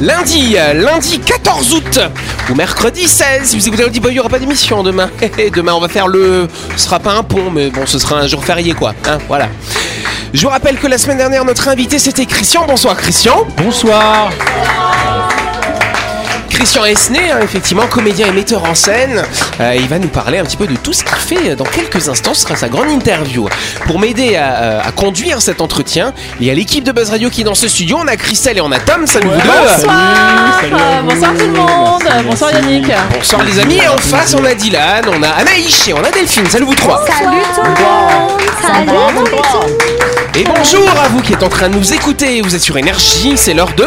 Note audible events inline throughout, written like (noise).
Lundi, lundi 14 août ou mercredi 16. Si vous écoutez Audible, il n'y aura pas d'émission demain. (laughs) demain, on va faire le. Ce sera pas un pont, mais bon, ce sera un jour férié, quoi. Hein, voilà. Je vous rappelle que la semaine dernière, notre invité, c'était Christian. Bonsoir, Christian. Bonsoir. Christian Esné, hein, effectivement, comédien et metteur en scène. Euh, il va nous parler un petit peu de tout ce qu'il fait. Dans quelques instants, ce sera sa grande interview. Pour m'aider à, euh, à conduire cet entretien, il y a l'équipe de Buzz Radio qui est dans ce studio. On a Christelle et on a Tom. Salut vous deux. Ouais. Bonsoir Salut, salut à vous. Ah, euh, Bonsoir tout le monde Merci, Bonsoir merci. Yannick Bonsoir les amis. Et en face, on a Dylan, on a Anaïs et on a Delphine. Salut vous trois. Salut tout le monde Salut tout le monde Et bonjour à vous qui êtes en train de nous écouter. Vous êtes sur Énergie, c'est l'heure de.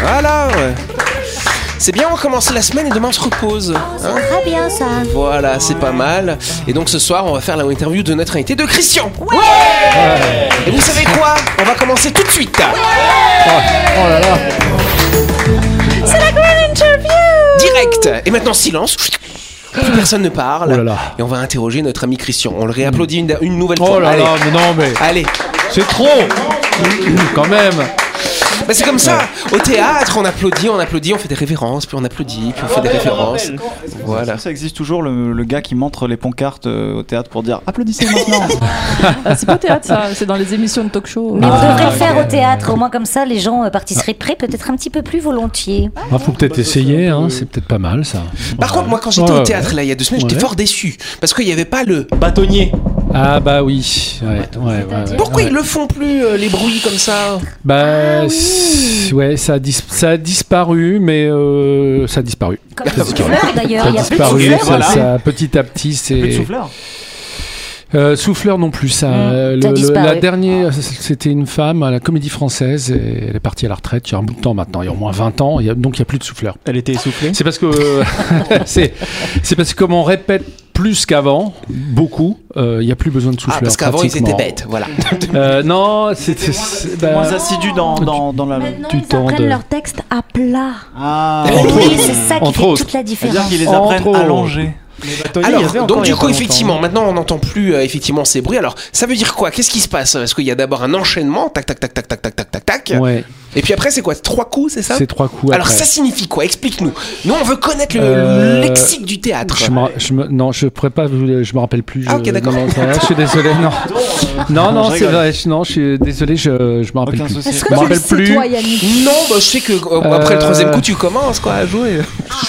Voilà. ouais. C'est bien, on commence la semaine et demain on se repose. hein. Très bien ça. Voilà, c'est pas mal. Et donc ce soir, on va faire la interview de notre invité de Christian. Ouais et vous savez quoi On va commencer tout de suite. Oh, C'est la grande interview. Direct. Et maintenant silence. Plus personne ne parle. Oh là là. Et on va interroger notre ami Christian. On le réapplaudit une, une nouvelle fois. Oh là Allez. là, mais non mais Allez. c'est trop quand même. Bah, c'est comme ça. Au théâtre, on applaudit, on applaudit, on fait des références, puis on applaudit, puis on fait des références. Est-ce Voilà. que Ça existe toujours le, le gars qui montre les pancartes euh, au théâtre pour dire applaudissez maintenant. Ah, C'est pas au (laughs) théâtre ça, c'est dans les émissions de talk show. Mais on Ah. devrait le faire au théâtre, au moins comme ça les gens euh, participeraient peut-être un petit peu plus volontiers. Il Ah, faut peut-être essayer, hein, c'est peut-être pas mal ça. Par contre, moi, quand j'étais Ouais, au ouais. théâtre, là, il y a deux semaines, j'étais Ouais. fort déçu. Parce qu'il n'y avait pas le. Bâtonnier. Ah bah oui. Ouais, ouais, ouais, ouais. Pourquoi Ouais. ils le font plus, euh, les bruits comme ça Bah c'est- ouais, ça a, dis- ça a disparu, mais euh, ça a disparu. Comme Ça les disparu. souffleurs d'ailleurs, Ça a il y a plus de disparu, souffleurs. ça, voilà. ça- petit à petit, Plus de c'est souffleur. Euh, souffleur non plus. Ça, Mm, Euh, ça a disparu. la dernière, c'était une femme à la Comédie Française. Et elle est partie à la retraite il y a un bout de temps maintenant. Il y a au moins 20 ans. il y a- donc il y a plus de souffleur. Elle était essoufflée. C'est parce que euh, (laughs) c'est c'est parce que comme on répète plus qu'avant, beaucoup, euh, il n'y a plus besoin de souffleur. Ah, parce qu'avant, ils étaient pratiquement. bêtes, voilà. Euh, non, c'était c'est- bah, Euh, Moins assidu dans, dans, dans la. Maintenant Tu ils apprennent tends de- leur texte à plat. Ah. Oui, c'est ça qui Entre fait autres. toute C'est-à-dire la différence. qu'ils les Entre apprennent autres. allongés. Alors, donc du coup, effectivement, maintenant, on n'entend plus euh, effectivement ces bruits. Alors, ça veut dire quoi Qu'est-ce qui se passe Parce qu'il y a d'abord un enchaînement, tac, tac, tac, tac, tac, tac, tac, tac, tac. ouais, Et puis après, c'est quoi Trois coups, c'est ça c'est trois coups Alors, après. ça signifie quoi Explique-nous. Nous, on veut connaître le Euh, lexique du théâtre. Je me, ra- je me- non, je pourrais pas, vous- je me rappelle plus. Je, Ah, ok, d'accord. non, non, ça va, je suis désolé, non. Non, non, je c'est rigole. vrai, je- non, je suis désolé, je, je me rappelle Aucun plus. souci. Est-ce Je que m'en tu le rappelle sais plus. toi Yannick Non, bah, je sais que euh, après le Euh, troisième coup, tu commences quoi à jouer.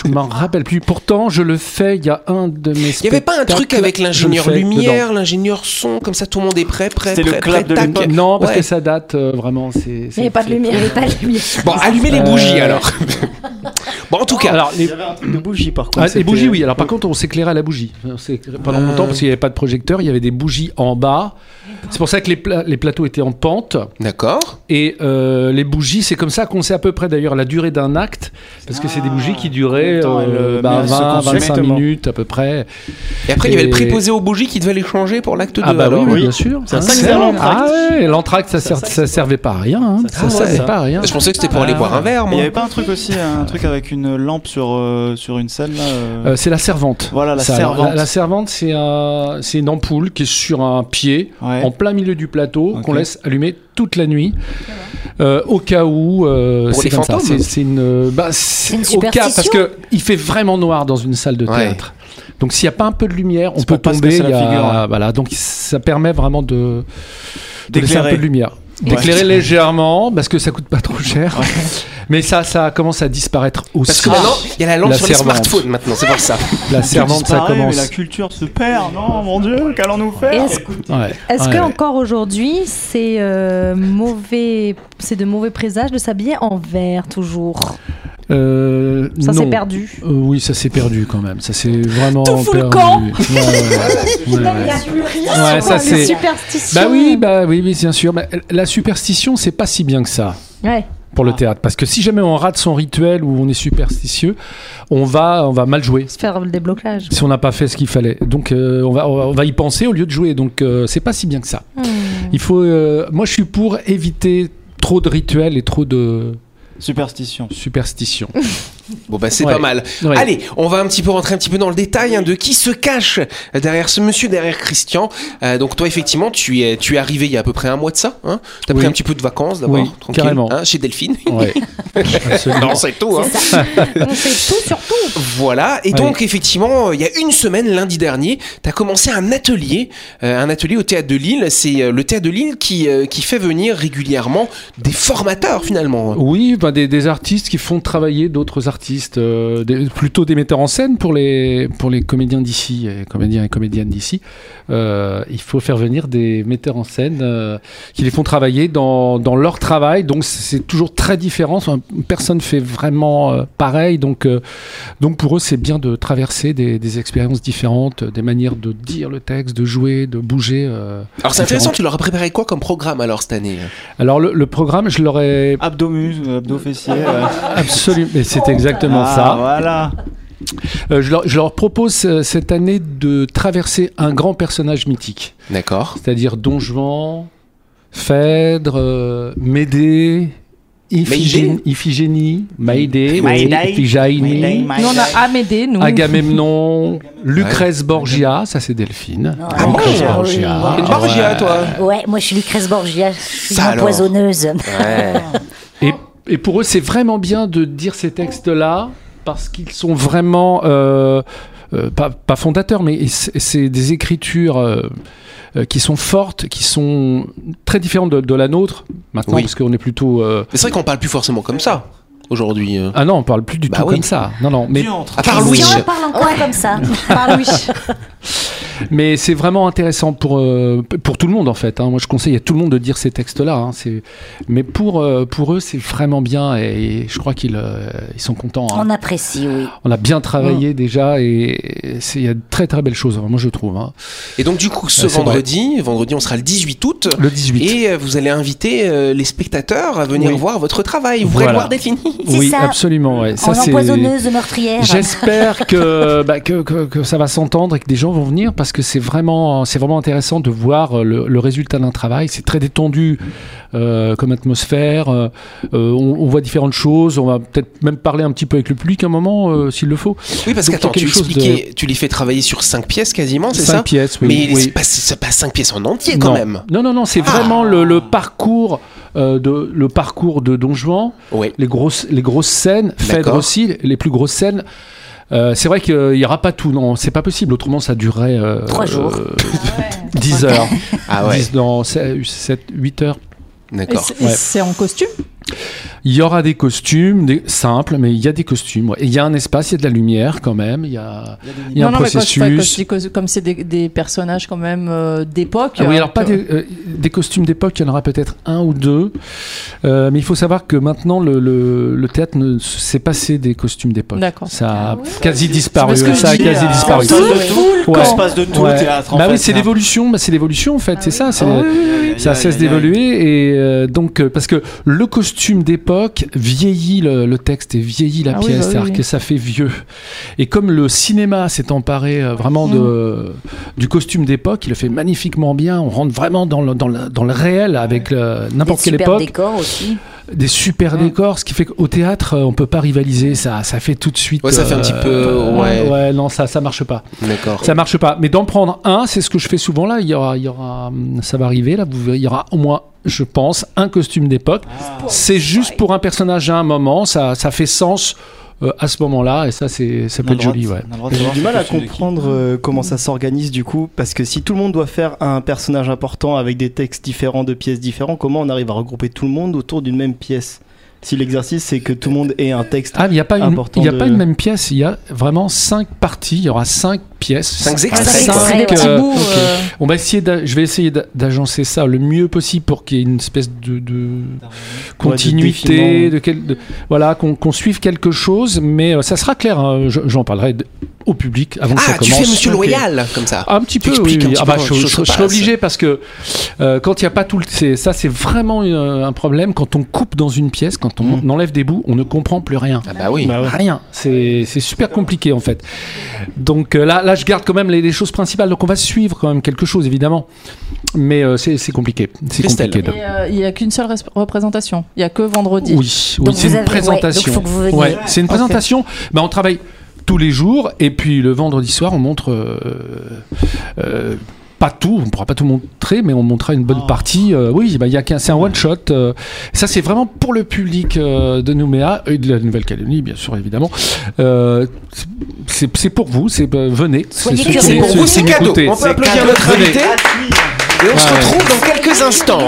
Je m'en rappelle plus. Pourtant, je le fais il y a un de mes. Il y avait pas un truc avec l'ingénieur lumière, l'ingénieur son, comme ça, tout le monde est prêt, prêt, C'était le prêt, clap prêt, de tac. l'époque. Non, parce Ouais. que ça date euh, vraiment. c'est- Il n'y c'est- avait pas de c'est- lumière. Il n'y avait pas de lumière. Bon, allumez les bougies Euh, alors. (laughs) bon, en tout cas, Alors, les, De bougie par contre. ah, les c'était- bougies, euh, oui. Alors, par contre, on s'éclairait à la bougie. On s'est éclairé Pendant longtemps, parce qu'il n'y avait pas de projecteur, il y avait des bougies en bas. C'est pour ça que les, pla- les plateaux étaient en pente. d'accord. Et euh, les bougies, c'est comme ça qu'on sait à peu près d'ailleurs la durée d'un acte, parce que c'est des bougies qui duraient Le temps, elle, euh, euh, bah, elle se 20, consomme. 25 Exactement. minutes à peu près. Et après, il y avait le Et- préposé aux bougies qui devait les changer pour l'acte 2. Ah bah alors. oui, oui. bien sûr. Ça Hein, sert c'est- à l'entracte. Ah ouais, l'entracte, ça, sert- ça servait pas à rien. hein. Ça Ah servait ouais. pas à rien. Je pensais que c'était pour Euh, aller boire un verre, Il n'y moi. avait pas un truc aussi, un truc avec une lampe sur, euh, sur une scène là euh, Euh, c'est la servante. Voilà, la Ça, alors, servante. La, la servante, c'est un- c'est une ampoule qui est sur un pied, Ouais. en plein milieu du plateau, Ok. qu'on laisse allumer toute la nuit, euh, au cas où. euh, Pour c'est les comme ça. fantômes. C'est- C'est une, bah, c'est- une au cas parce superstition. que il fait vraiment noir dans une salle de Ouais. théâtre. Donc s'il n'y a pas un peu de lumière, on C'est peut pour pas se tomber. casser la il y a- figure, hein. Voilà, donc ça permet vraiment de, de laisser un D'éclairer. peu de lumière. Ouais. D'éclairer légèrement parce que ça coûte pas trop cher. Mais ça, ça commence à disparaître aussi. Parce que maintenant, il y a la lampe Ah. La sur servante. les smartphones maintenant, c'est pour ça. la qui servante, ça disparaît, mais commence. La culture se perd. Non, mon Dieu, qu'allons-nous faire Est-ce Ouais. est-ce Ouais, que ouais. encore aujourd'hui, c'est euh, mauvais, c'est de mauvais présages de s'habiller en vert toujours Euh, Ça non. s'est perdu. Euh, oui, ça s'est perdu quand même. Ça s'est vraiment Tout fout le perdu. camp. Ouais, (laughs) ouais, ouais. Ouais, ouais. Ouais, ça les c'est. superstitions. Bah oui, bah oui, oui, bien sûr. Mais la superstition, c'est pas si bien que ça. Ouais. pour Ah. le théâtre. Parce que si jamais on rate son rituel ou on est superstitieux, on va, on va mal jouer Se faire le (laughs) déblocage. si on n'a pas fait ce qu'il fallait. Donc euh, on, va, on va y penser au lieu de jouer. Donc euh, c'est pas si bien que ça. Hmm. Il faut, euh, moi je suis pour éviter trop de rituels et trop de Superstition. superstitions. Bon bah c'est Ouais. pas mal. (laughs) Ouais. Allez, on va un petit peu rentrer un petit peu dans le détail hein, de qui se cache derrière ce monsieur, derrière Christian. Euh, donc toi effectivement, tu es, tu es arrivé il y a à peu près un mois de ça. Hein T'as Oui. pris un petit peu de vacances d'abord, Oui, tranquille, carrément. hein, chez Delphine. Ouais. (laughs) Absolument. non, c'est tout. Hein. C'est ça. On fait tout sur tout. Voilà. Et Ouais. donc effectivement, euh, il y a une semaine, lundi dernier, t'as commencé un atelier, euh, un atelier au théâtre de Lille. C'est euh, le théâtre de Lille qui, euh, qui fait venir régulièrement des formateurs finalement. Oui, ben, des, des artistes qui font travailler d'autres artistes, euh, des- plutôt des metteurs en scène pour les, pour les comédiens d'ici, et comédiens et comédiennes d'ici. Euh, il faut faire venir des metteurs en scène euh, qui les font travailler dans, dans leur travail. Donc c'est toujours très différent. Enfin, Personne fait vraiment euh, pareil. Donc, euh, donc pour eux, c'est bien de traverser des, des expériences différentes, des manières de dire le texte, de jouer, de bouger. euh. Alors c'est Différent. intéressant. Tu leur as préparé quoi comme programme alors cette année Alors le, le programme, je l'aurais Abdomus, euh, abdos fessiers. euh. absolument... Mais c'est exactement Ah, ça. Voilà. Euh, je, leur, je leur propose euh, cette année de traverser un grand personnage mythique, D'accord. c'est-à-dire Don Juan, Phèdre, euh, Médée, Iphigénie, Médée Iphigénie, Maïdée, oui, Maïdée. Iphigénie, Nous, on a Ah, Amédée, nous. Agamemnon, Lucrèce Borgia, ça c'est Delphine. Non, bon Lucrèce Ah Borgia. Une Borgia, toi. Ouais, moi je suis Lucrèce Borgia, je suis Ça une alors. empoisonneuse. Ah Et, et pour eux, c'est vraiment bien de dire ces textes-là parce qu'ils sont vraiment euh, euh, pas, pas fondateurs, mais c'est c'est des écritures euh, euh, qui sont fortes, qui sont très différentes de, de la nôtre maintenant, Oui. parce qu'on est plutôt. euh, Mais c'est vrai qu'on parle plus forcément comme ça aujourd'hui. euh. Ah non, on parle plus du Bah tout oui. comme ça. Non, non, mais À part Louis. Si on parle encore comme ça. Par Louis. Mais c'est vraiment intéressant pour, euh, pour tout le monde en fait. hein. Moi je conseille à tout le monde de dire ces textes-là. hein. C'est- Mais pour, euh, pour eux c'est vraiment bien et, je crois qu'ils euh, ils sont contents. hein. (laughs) On apprécie, oui. On a bien travaillé déjà et c'est- il y a de très très belles choses, moi je trouve. hein. Et donc du coup, ce Ouais, c'est vendredi, vendredi, on sera le 18 août. Le 18. Et euh, vous allez inviter euh, les spectateurs à venir Oui. voir votre travail. Vous pourrez Voilà. le voir défini. C'est oui, ça. absolument. ouais. Ça, en c'est- empoisonneuse, meurtrière. J'espère que, bah, que, que- que ça va s'entendre et que des gens vont venir parce que c'est vraiment, c'est vraiment intéressant de voir euh, le, le résultat d'un travail. C'est très détendu euh, comme atmosphère. euh, euh, on, on voit différentes choses. On va peut-être même parler un petit peu avec le public un moment euh, s'il le faut. Oui, parce Donc, qu'attends, il tu y a quelque chose expliquais, tu les fais travailler sur cinq pièces quasiment, c'est Cinq ça pièces, oui. Mais oui. c'est pas, c'est pas cinq pièces en entier quand non. même. Non, non, non, c'est Ah. vraiment le, le parcours euh, de le parcours de Don Juan, Oui. les grosses les grosses scènes, Phèdre D'accord. aussi, les plus grosses scènes. Euh, c'est vrai qu'il n'y aura pas tout, non, c'est pas possible. Autrement, ça durerait euh, Trois jours. euh, 10 heures, Ah ouais. 10 dans 7, 8 heures. Et D'accord. c'est- et Ouais. c'est en costume. Il y aura des costumes, des, simples, mais il y a des costumes. ouais. Et il y a un espace, il y a de la lumière quand même. Il y a, il y a un non, non, mais quand je- processus. quand je dis cos- comme c'est des, des personnages quand même euh, d'époque. Ah oui, euh, alors pas que- des, euh, des costumes d'époque, il y en aura peut-être un ou deux. Euh, mais il faut savoir que maintenant, le, le- le théâtre ne s'est passé des costumes d'époque. D'accord. Ça a quasi disparu. parce que je Ça a dis, quasi euh, disparu. ça se Ouais. fout, Ouais. On se passe de tout Ouais. au théâtre. en Bah fait, hein. oui, c'est là. l'évolution, bah, c'est l'évolution en fait, Ah c'est ça. c'est le- Ça cesse d'évoluer et euh, donc euh, parce que le costume d'époque vieillit le, le texte et vieillit la Ah oui, pièce, bah oui, c'est-à-dire oui. que ça fait vieux. Et comme le cinéma s'est emparé euh, vraiment Mm. de du costume d'époque, il le fait magnifiquement bien. On rentre vraiment dans le dans le, dans le réel avec euh, n'importe quelle super époque, décor aussi. des super Mm. décors, ce qui fait qu'au théâtre euh, on peut pas rivaliser. Ça ça fait tout de suite. euh, Ouais, ça fait un petit peu, ouais. ouais, non ça ça marche pas. D'accord. Ça marche pas. Mais d'en prendre un, c'est ce que je fais souvent là. Il y aura, il y aura, hum, ça va arriver là. Vous verrez, il y aura au moins, je pense, un costume d'époque. C'est juste pour un personnage à un moment. Ça, ça fait sens euh, à ce moment-là. Et ça, c'est, ça On a peut le être droit de- joli, ouais. on a le droit de J'ai voir du ce mal à costume de qui. comprendre euh, comment ça s'organise du coup, parce que si tout le monde doit faire un personnage important avec des textes différents, de pièces différentes, comment on arrive à regrouper tout le monde autour d'une même pièce Si l'exercice c'est que tout le monde ait un texte. Ah, mais il n'y a pas une, Important il y a pas de- une même pièce. Il y a vraiment cinq parties. Il y aura cinq pièces. Cinq à extraits, cinq, quoi. Des petits euh, bouts, euh, on va essayer d'a- je vais essayer d'a- d'agencer ça le mieux possible pour qu'il y ait une espèce de, de continuité, défilement. de quel- de- voilà, qu'on qu'on suive quelque chose, mais euh, ça sera clair. hein, je- J'en parlerai d- au public avant que ça Ah, tu commence. fais Monsieur Loyal comme ça. Un petit Tu peu, oui. expliques un oui. petit Ah peu bah, comment je, les je- choses se je suis passent. obligé parce que euh, quand il n'y a pas tout le. c'est- Ça, c'est vraiment euh, un problème. Quand on coupe dans une pièce, quand on Mm. enlève des bouts, on ne comprend plus rien. Ah bah oui. Bah ouais. Rien, c'est c'est super compliqué en fait. Donc euh, là, là, je garde quand même les, les choses principales. Donc on va suivre quand même quelque chose, évidemment. Mais euh, c'est c'est compliqué. C'est Christelle. compliqué. de- Et, euh, Il n'y a qu'une seule res- représentation. Il n'y a que vendredi. Oui, oui, Donc c'est vous une avez- présentation. ouais, donc faut que vous veniez. Ouais, c'est une présentation. Bah, on travaille tous les jours et puis le vendredi soir, on montre. euh, euh, pas tout, on ne pourra pas tout montrer, mais on montrera une bonne partie. Euh, oui, bah, il y a qu'un- c'est un one shot. euh, ça, c'est vraiment pour le public euh, de Nouméa et de la Nouvelle-Calédonie, bien sûr, évidemment. Euh, c'est- c'est c'est pour vous, c'est euh, venez. Soyez ceux qui- curieux. C'est pour ceux vous, qui c'est cadeau. m'écoutez. On peut C'est applaudir cadeau, notre venez. Ah invité. Et on se Ouais. retrouve dans quelques instants.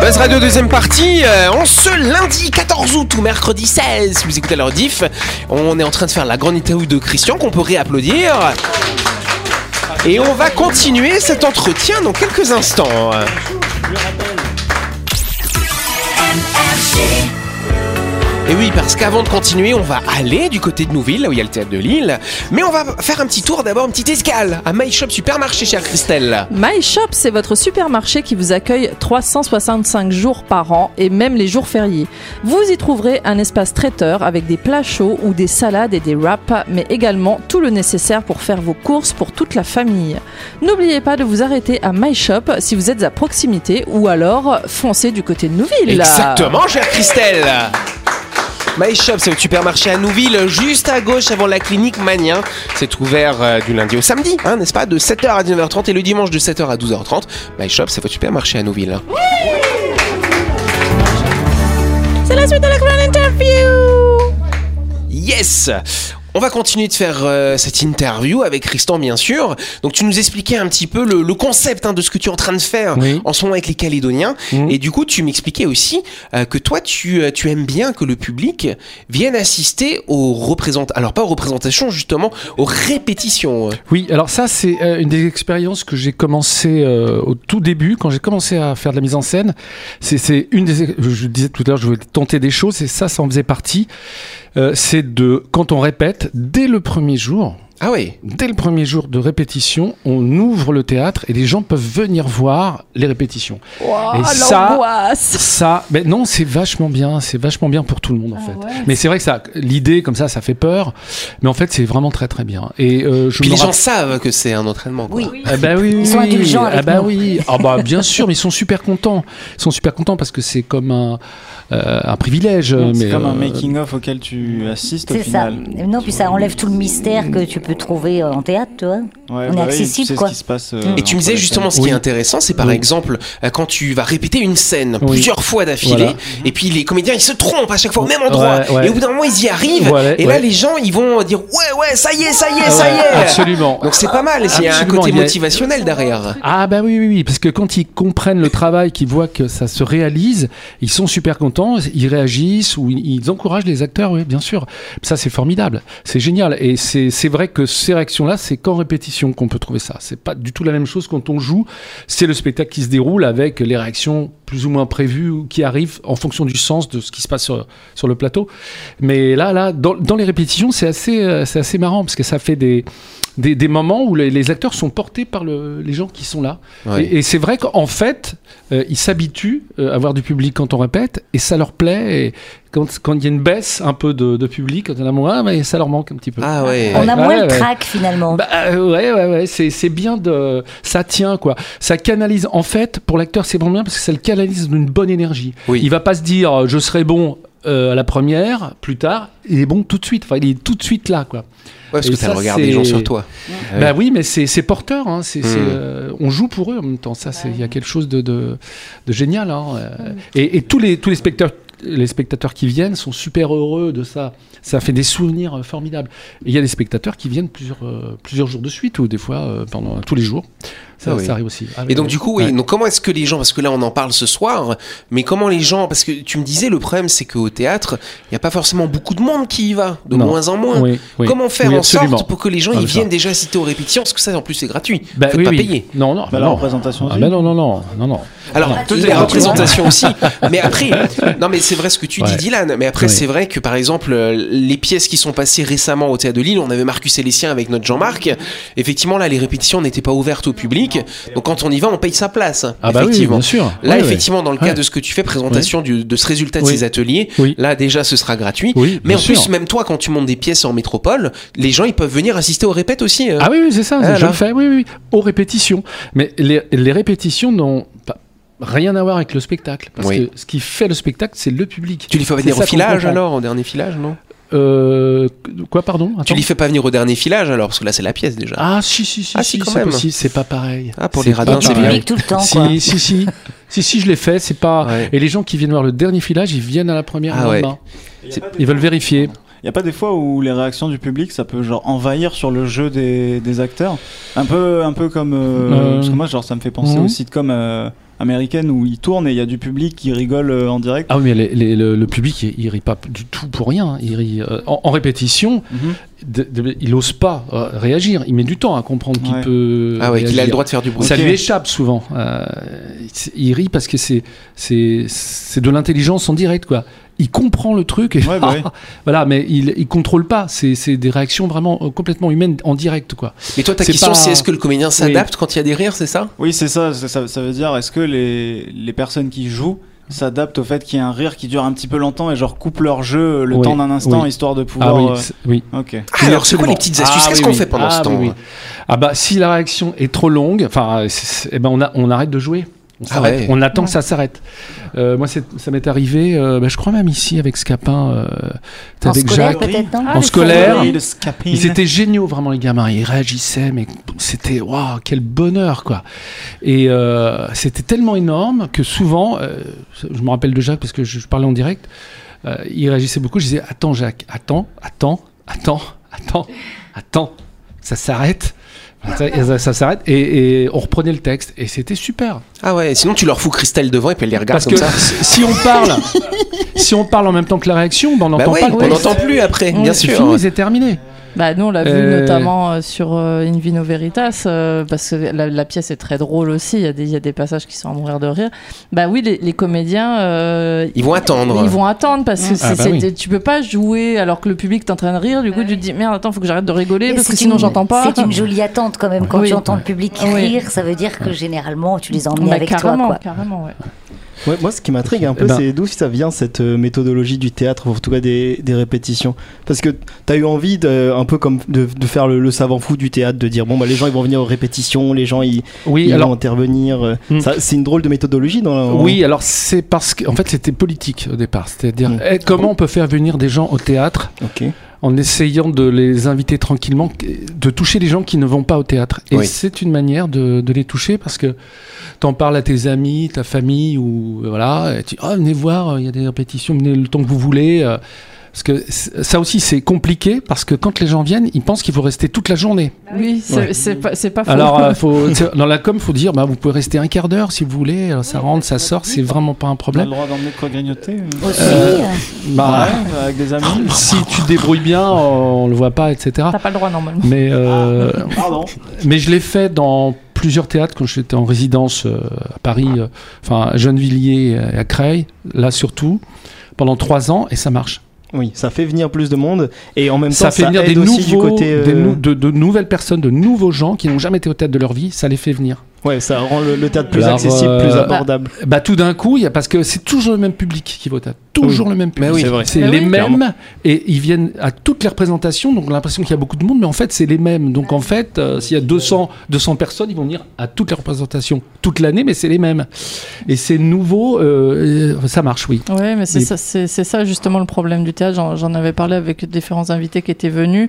Buzz Radio deuxième partie, euh, en ce lundi 14 août ou mercredi 16, si vous écoutez leur diff, on est en train de faire la grande interview de Christian qu'on peut réapplaudir. Et on va continuer cet entretien dans quelques instants. Et oui, parce qu'avant de continuer, on va aller du côté de Nouville, là où il y a le théâtre de Lille. Mais on va faire un petit tour d'abord, une petite escale à My Shop Supermarché, chère Christelle. My Shop, c'est votre supermarché qui vous accueille 365 jours par an et même les jours fériés. Vous y trouverez un espace traiteur avec des plats chauds ou des salades et des wraps, mais également tout le nécessaire pour faire vos courses pour toute la famille. N'oubliez pas de vous arrêter à My Shop si vous êtes à proximité ou alors foncez du côté de Nouville. Exactement, chère Christelle. My Shop, c'est le supermarché à Nouville, juste à gauche avant la clinique Magnien. C'est ouvert euh, du lundi au samedi, hein, n'est-ce pas De 7h à 19h30 et le dimanche de 7h à 12h30. My Shop, c'est votre supermarché à Nouville. Yes on va continuer de faire euh, cette interview avec Tristan, bien sûr. Donc, tu nous expliquais un petit peu le, le concept hein, de ce que tu es en train de faire Oui. en ce moment avec les Calédoniens. Mhm. Et du coup, tu m'expliquais aussi euh, que toi, tu, euh, tu aimes bien que le public vienne assister aux représentations. Alors, pas aux représentations, justement, aux répétitions. Oui, alors ça, c'est euh, une des expériences que j'ai commencé euh, au tout début, quand j'ai commencé à faire de la mise en scène. C'est- C'est une des. Je je disais tout à l'heure, je voulais tenter des choses, et ça, ça en faisait partie. Euh, c'est de. Quand on répète, dès le premier jour, Ah oui. dès le premier jour de répétition, on ouvre le théâtre et les gens peuvent venir voir les répétitions. Wow, Et ça- l'angoisse. Ça, ben non, c'est vachement bien, c'est vachement bien pour tout le monde en Ah fait. Mais c'est vrai que ça, l'idée comme ça, ça fait peur, mais en fait, c'est vraiment très très bien. Et euh, je Puis me les gens rappelle- savent que c'est un entraînement. quoi. Oui. Ah bah oui, Ils oui, sont oui. indulgents avec ah bah nous. oui. Ah bah bien sûr, mais ils sont super contents. Ils sont super contents parce que c'est comme un, euh, un privilège. C'est mais, comme un euh, making-of auquel tu assistes au C'est ça. final. Non, puis ça enlève tout le mystère que tu peux trouver euh, en théâtre, tu vois. Ouais, On est bah oui, accessible, tu sais quoi. ce qui se passe, euh, Et tu me entre disais les justement scènes. ce qui est Oui. intéressant, c'est par Oui. exemple euh, quand tu vas répéter une scène Oui. plusieurs fois d'affilée, Voilà. et puis les comédiens ils se trompent à chaque fois au même endroit, Ouais, ouais. et au bout d'un moment ils y arrivent, Ouais, et là ouais. les gens ils vont dire ouais ouais ça y est ça y est Ah ça y ouais, est. Absolument. Donc c'est pas mal, il y a un Absolument, côté il y a- motivationnel derrière. Ah bah oui, oui, oui, parce que quand ils comprennent le travail, qu'ils voient que ça se réalise, ils sont super contents, ils réagissent ou ils, ils encouragent les acteurs, oui, bien sûr. Ça, c'est formidable, c'est génial. Et c'est c'est vrai que ces réactions-là, c'est qu'en répétition qu'on peut trouver ça. C'est pas du tout la même chose quand on joue. C'est le spectacle qui se déroule avec les réactions plus ou moins prévues ou qui arrivent en fonction du sens de ce qui se passe sur, sur le plateau. Mais là, là, dans, dans les répétitions, c'est assez, euh, c'est assez marrant parce que ça fait des, des, des moments où les, les acteurs sont portés par le- les gens qui sont là. Ouais. Et, et c'est vrai qu'en fait, euh, ils s'habituent euh, à voir du public quand on répète et ça leur plaît. Et quand, quand il y a une baisse un peu de, de public, quand il y en a moins, ah, mais ça leur manque un petit peu. Ah ouais. On a Ouais, moins ouais, le ouais. trac finalement. Bah, euh, ouais, ouais, ouais, c'est, c'est bien de. Ça tient, quoi. Ça canalise. En fait, pour l'acteur, c'est vraiment bien parce que ça le canalise d'une bonne énergie. Oui. Il va pas se dire, euh, je serai bon euh, à la première, plus tard, il est bon tout de suite. Enfin, il est tout de suite là, quoi. parce Et que t'as ça, le regard des c'est- gens sur toi. Ouais. Bah oui, mais c'est c'est porteur. hein. C'est- c'est, Mm. euh, on joue pour eux en même temps. Ça, c'est- il y a quelque chose de, de, de génial. hein. Euh, Et, et tous les tous les spectateurs. Les spectateurs qui viennent sont super heureux de ça. Ça fait des souvenirs euh, formidables. Et il y a des spectateurs qui viennent plusieurs, euh, plusieurs jours de suite ou des fois euh, pendant tous les jours. Ça, Ah oui. ça arrive aussi. Ah, et donc ouais. du coup, oui, Ouais. donc comment est-ce que les gens, parce que là on en parle ce soir, mais comment les gens, parce que tu me disais le problème c'est qu'au théâtre, il n'y a pas forcément beaucoup de monde qui y va, de Non. moins en moins. Oui, oui. Comment faire Oui, en absolument. sorte pour que les gens Ah, ils ça. viennent déjà assister aux répétitions, parce que ça en plus c'est gratuit, Bah faut oui, pas oui. payer. Non, non, Bah, non. la représentation Ah, aussi. bah non, non, non, non, non. Alors, Ah, toutes tout les est gratuit. représentations (laughs) aussi. Mais après, non, mais c'est vrai ce que tu dis, Ouais. Dylan. Mais après, Oui. c'est vrai que par exemple, euh, les pièces qui sont passées récemment au théâtre de Lille, on avait Marcus et les siens avec notre Jean-Marc. Effectivement, là, les répétitions n'étaient pas ouvertes au public. Donc, quand on y va, on paye sa place. Ah bah oui, effectivement. bien sûr. Là, Ouais, ouais. effectivement, dans le cas Ouais. de ce que tu fais, présentation du- de ce résultat de Oui. ces ateliers, Oui. là, déjà, ce sera gratuit. Oui, mais bien en plus, sûr. même toi, quand tu montes des pièces en métropole, les gens, ils peuvent venir assister aux répètes aussi. euh. Ah oui, oui, c'est ça, Ah, je là. le fais, oui, oui, oui, aux répétitions. Mais les, les répétitions n'ont pas- rien à voir avec le spectacle. Parce Oui. que ce qui fait le spectacle, c'est le public. Tu les fais pas C'est venir au ça qu'on filage comprend. alors, au dernier filage, non Euh, Quoi, pardon Tu Attends. les fais pas venir au dernier filage alors, parce que là, c'est la pièce déjà. Ah si, si, si, Ah, si, si, quand c'est même. possible, c'est pas pareil. Ah, pour les pas radins, c'est pareil. public tout le temps, si, quoi. Si, si, (laughs) si. Si, je l'ai fait, c'est pas. Ouais. Et les gens qui viennent voir le dernier filage, ils viennent à la première Ah le ouais. lendemain. Il C'est- Ils veulent vérifier. n'y a pas des fois où les réactions du public, ça peut genre envahir sur le jeu des, des acteurs Un peu, un peu comme. euh, Euh. Parce que moi, genre, ça me fait penser Mhm. aux sitcoms euh, américaines où ils tournent et il y a du public qui rigole euh, en direct. Ah oui, mais les- les- le, le public, il, il rit pas du tout pour rien. hein. Il rit, euh, en, en répétition, Mhm. de- de- il ose pas euh, réagir. Il met du temps à comprendre qu'il Ouais. peut. Ah ouais, qu'il a réagir. le droit de faire du bruit. Ça Ok. lui échappe souvent. Euh, il- il rit parce que c'est c'est c'est de l'intelligence en direct quoi. Il comprend le truc. Et Ouais, bah (laughs) oui. voilà, mais il il contrôle pas. C'est c'est des réactions vraiment euh, complètement humaines en direct quoi. Mais toi, ta C'est question, pas- Ah, c'est est-ce que le comédien s'adapte quand il y a des rires, c'est ça Oui, c'est ça, ça, ça- ça veut dire est-ce que les, les personnes qui jouent s'adaptent au fait qu'il y a un rire qui dure un petit peu longtemps et genre coupent leur jeu euh, le Oui, temps d'un instant oui. histoire de Ah pouvoir. oui, euh, c'est- oui. Ah, Ok. Alors, c'est quoi Absolument. les petites astuces Ah, Qu'est-ce oui, qu'on oui. fait pendant Ah, ce oui, temps oui. Ah bah si la réaction est trop longue, enfin, c'est- c'est- eh ben on, a- on arrête de jouer. On, Ah s'arrête. ouais. on attend que ça s'arrête. Euh, moi, c'est- ça m'est arrivé, euh, bah, je crois même ici avec Scapin, euh, En avec scolaire, Jacques. peut-être, non Ah, En les scolaire, Oui, scolaires. le scapin. Ils étaient géniaux, vraiment, les gamins. Ils réagissaient, mais c'était, waouh, quel bonheur, quoi. Et euh, c'était tellement énorme que souvent, euh, je me rappelle de Jacques parce que je, je parlais en direct, euh, il réagissait beaucoup. Je disais, attends, Jacques, attends, attends, attends, attends, attends, ça s'arrête. Ça, ça- ça s'arrête et, et on reprenait le texte et c'était super Ah ouais, sinon tu leur fous Christelle devant et puis elle les regarde parce comme que ça. si si on parle si on parle en même temps que la réaction ben on Bah n'entend oui, pas le on texte. n'entend plus après, bien c'est sûr. fini c'est terminé Bah, nous, on l'a vu Euh. notamment euh, sur euh, In Vino Veritas, euh, parce que la, la pièce est très drôle aussi. Il y, a des- il y a des passages qui sont à mourir de rire. Bah oui, les, les comédiens. euh, Ils vont attendre. Ils vont attendre parce que c'est- bah c'est- oui. tu peux pas jouer alors que le public est en train de rire. Du coup, tu te dis merde, attends, faut que j'arrête de rigoler Bah Mais parce que c'est sinon une- j'entends pas. C'est une jolie attente quand même. Quand Oui. tu entends le public Oui. rire, ça veut dire que généralement tu les as emmenés Bah, avec toi. carrément, Quoi. carrément, ouais. Ouais, moi, ce qui m'intrigue un peu, Eh ben- c'est d'où ça vient cette euh, méthodologie du théâtre, ou en tout cas des, des répétitions. Parce que t'as eu envie, de, un peu comme de, de faire le, le savant fou du théâtre, de dire bon, bah les gens ils vont venir aux répétitions, les gens ils, oui ils alors vont intervenir. euh, Hmm. ça, c'est une drôle de méthodologie dans la- Oui, alors c'est parce que en fait c'était politique au départ, c'est-à-dire Oh. Mm. eh, comment on peut faire venir des gens au théâtre Ok. en essayant de les inviter tranquillement, de toucher les gens qui ne vont pas au théâtre. Et Oui. c'est une manière de, de les toucher parce que t'en parles à tes amis, ta famille ou euh, voilà, et tu oh venez voir, euh, il y a des répétitions, venez le temps que vous voulez. euh, parce que c'est- ça aussi c'est compliqué parce que quand les gens viennent, ils pensent qu'il faut rester toute la journée. Bah Oui, c'est c'est pas, c'est Ah. pas faux. Alors, (laughs) euh, faut, tu sais, dans la com, faut dire, bah, vous pouvez rester un quart d'heure si vous voulez. euh, Ça rentre, ça sort, c'est vraiment pas un On a le problème. droit d'emmener de quoi grignoter euh, Aussi, Euh, euh, Ah. Bah, ouais, avec des amis. (laughs) si tu te débrouilles bien, euh, on, le voit pas, etc. T'as pas le droit normalement. Mais, euh, Pardon. mais je l'ai fait dans plusieurs théâtres quand j'étais en résidence euh, à Paris, euh, enfin à Gennevilliers et à Creil, là surtout, pendant trois ans, et ça marche. Oui, ça fait venir plus de monde et en même ça temps fait ça venir aide des, aussi nouveaux, du côté. euh, des nou- de, de nouvelles personnes, de nouveaux gens qui n'ont jamais été au théâtre de leur vie, ça les fait venir. Ouais, ça rend le, le théâtre plus Alors, accessible, euh, plus abordable. Bah, tout d'un coup, il y a, parce que c'est toujours le même public qui vote. à Ah Toujours Oui. le même Mais public. oui, c'est vrai. C'est Ah Mais les oui. mêmes. Clairement. Et ils viennent à toutes les représentations. Donc, on a l'impression qu'il y a beaucoup de monde. Mais en fait, c'est les mêmes. Donc, en fait, euh, s'il y a 200, 200 personnes, ils vont venir à toutes les représentations toute l'année. Mais c'est les mêmes. Et c'est nouveau. euh, euh, ça marche, oui. Oui, mais c'est Et- ça, c'est- c'est ça justement le problème du théâtre. J'en- J'en avais parlé avec différents invités qui étaient venus.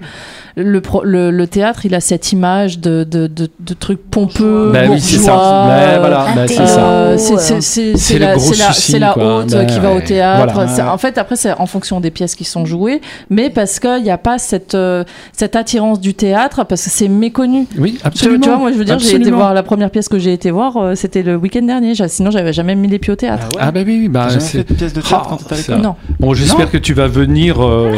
Le, pro- le, le théâtre, il a cette image de, de, de, de truc pompeux, Bah oui, c'est ça. Euh, bourgeois, Bah voilà, euh, bah c'est ça. euh, c'est- c'est- c'est- C'est C'est le la, gros c'est la- souci, c'est la quoi. haute Bah qui va au ouais. théâtre. Voilà. C'est- En fait, après, c'est en fonction des pièces qui sont jouées, mais parce qu'il n'y a pas cette, euh, cette attirance du théâtre, parce que c'est méconnu. Oui, Tu- Tu, absolument. vois, moi, je veux dire, j'ai été Absolument. voir la première pièce que j'ai été voir, euh, c'était le week-end dernier. J'a- Sinon, j'avais jamais mis les pieds au théâtre. Ah bah oui, oui, bah T'as jamais c'est- fait de pièce de théâtre Ah, quand t'étais à ça- l'école Non. Bon, Non j'espère que tu vas venir. euh,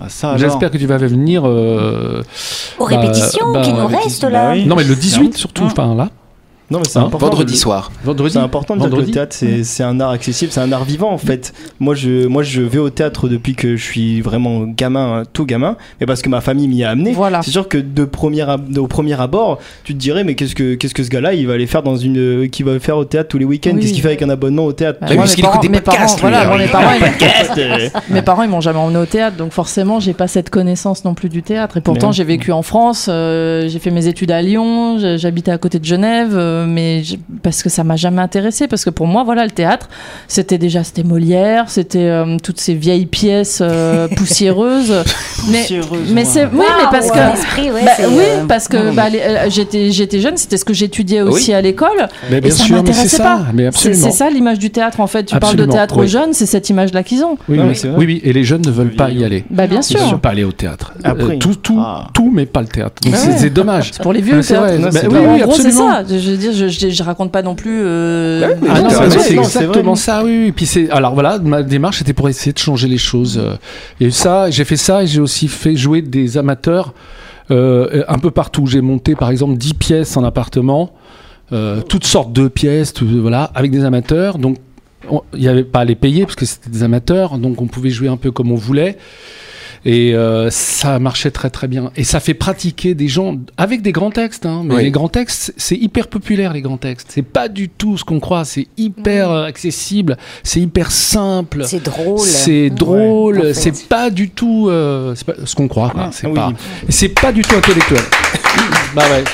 Ah, ça, alors. j'espère que tu vas venir. euh, Aux bah, répétitions qui bah, nous restent là. Non, mais le 18 surtout, enfin là. Ah Non, mais c'est Hein important. Vendredi Le- soir. Vendredi. C'est important de dire que Vendredi. le théâtre, c'est c'est un art accessible, c'est un art vivant en fait. Moi je, moi, je vais au théâtre depuis que je suis vraiment gamin, hein, tout gamin, mais parce que ma famille m'y a amené. Voilà. C'est sûr que de premier ab- au premier abord, tu te dirais, mais qu'est-ce que, qu'est-ce que ce gars-là, il va aller faire dans une. euh, qu'il va faire au théâtre tous les week-ends Oui. Qu'est-ce qu'il fait avec un abonnement au théâtre Bah, Tu moi, vois, mes qu'il parents- écoute des mes podcasts, parents, lui, voilà, alors, moi, mes il- parents, ils- podcast, euh, (laughs) Mes parents, ils m'ont jamais emmené au théâtre, donc forcément, j'ai pas cette connaissance non plus du théâtre. Et pourtant, Mais- j'ai vécu en France, euh, j'ai fait mes études à Lyon, j'ai- j'habitais à côté de Genève, euh, mais j'ai- parce que ça m'a jamais intéressé, parce que pour moi, voilà, le théâtre, c'était déjà c'était Molière, c'était euh, toutes ces vieilles pièces (laughs) euh, poussiéreuses. mais Poussiéreuses, mais ouais. c'est oui, mais parce que L'esprit, Ah, ouais, bah, c'est, oui, euh, parce que bah, les- euh, j'étais j'étais jeune, c'était ce que j'étudiais aussi à l'école. Mais bien et ça sûr, mais c'est m'intéressait ça. pas. Mais C'est absolument. c'est ça l'image du théâtre en fait. Tu parles de Absolument, théâtre aux oui. jeunes, c'est cette image-là qu'ils ont. Oui, Non, Ah, mais oui. c'est vrai. oui, oui, et les jeunes ne veulent pas y aller. Bah bien Ils ne sûr. veulent pas aller au théâtre. Après. Euh, tout, tout, Ah. tout, mais pas le théâtre. Donc Ah c'est ouais. c'est dommage. C'est pour les vieux, Mais le c'est théâtre. vrai. Non, Bah c'est oui, pas- en oui, gros, c'est absolument. ça. Je veux dire, je, je- je raconte pas non plus. euh, Ouais, mais Ah non, t'as c'est raison, c'est non, c'est exactement vrai. ça, oui, oui. Puis c'est, alors voilà, ma démarche c'était pour essayer de changer les choses. euh. Et ça, j'ai fait ça et j'ai aussi fait jouer des amateurs euh, un peu partout. J'ai monté par exemple 10 pièces en appartement, euh, toutes sortes de pièces, tout- voilà, avec des amateurs. Donc on- il n'y avait pas à les payer parce que c'était des amateurs, donc on pouvait jouer un peu comme on voulait. Et euh, ça marchait très très bien. Et ça fait pratiquer des gens avec des grands textes. hein. mais Oui. les grands textes, c'est hyper populaire les grands textes. C'est pas du tout ce qu'on croit. C'est hyper euh, accessible. C'est hyper simple. c'est drôle. C'est drôle. en fait. C'est pas du tout euh, c'est pas ce qu'on croit. Ah, quoi. C'est oui. pas. et C'est pas du (laughs) tout intellectuel. bah ouais.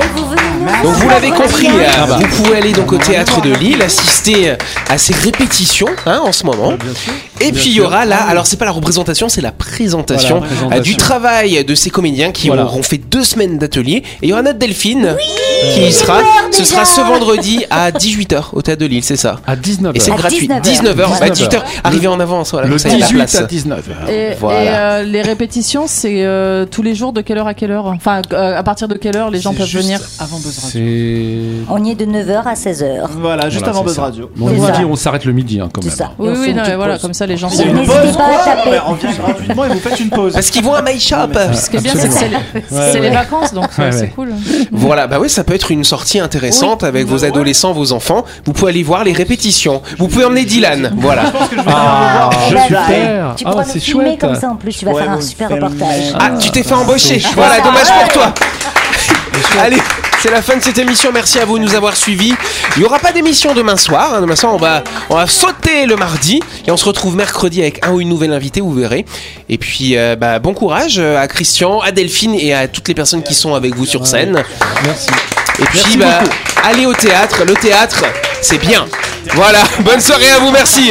Et vous venez Ah, nous Donc voir vous l'avez vendredi, compris, hein. euh, bah. vous pouvez aller donc au théâtre de Lille, assister à ces répétitions hein, en ce moment. Et puis il y aura là, alors c'est pas la représentation, c'est la présentation, Voilà, la euh, du travail de ces comédiens qui Voilà. auront fait deux semaines d'atelier. Et il y aura notre Delphine qui y sera. Ce sera ce vendredi à 18h au théâtre de Lille, c'est ça. À 19 Et c'est À gratuit. 19h. 19h, bah, 19h. 18h, arrivez en avance, voilà, bah. Le comme ça, il y a de 18 la à place. 19 Et, Voilà. et, euh, les répétitions, c'est euh, tous les jours de quelle heure à quelle heure Enfin, euh, à partir de quelle heure les gens peuvent venir Avant Buzz Radio. C'est. On y est de 9h à 16h. Voilà, juste Voilà, avant c'est Buzz ça. Radio. Bon, le C'est midi, ça. on s'arrête le midi hein, quand C'est même. ça. Oui, Et on fait oui, une non, mais petite voilà, pause. comme ça les gens Il y a sont. une libres. N'hésitez Pause, pas à quoi taper. Ben, On vient gratuitement et vous faites une pause. Parce qu'ils vont à My Shop. Ce qui est bien, c'est que c'est les, c'est les vacances, donc Ah Ouais, c'est ouais. cool. Voilà, bah oui, ça peut être une sortie intéressante avec Bah vos adolescents, vos enfants. Vous pouvez aller voir les répétitions. Vous pouvez emmener Dylan. Voilà. Ah, Eh ben, super. Tu Ah, pourras c'est nous filmer chouette. comme ça en plus, tu vas Ouais, faire un vous super filmez. reportage. Ah, tu t'es fait embaucher. Voilà, dommage pour toi. Allez, c'est la fin de cette émission. Merci à vous de nous avoir suivis. Il n'y aura pas d'émission demain soir. hein. Demain soir, on va, on va sauter le mardi et on se retrouve mercredi avec un ou une nouvelle invitée, vous verrez. Et puis, euh, bah, bon courage euh, à Christian, à Delphine et à toutes les personnes qui sont avec vous sur scène. Merci. Et puis, bah, allez au théâtre. Le théâtre, c'est bien. Voilà, bonne soirée à vous, merci.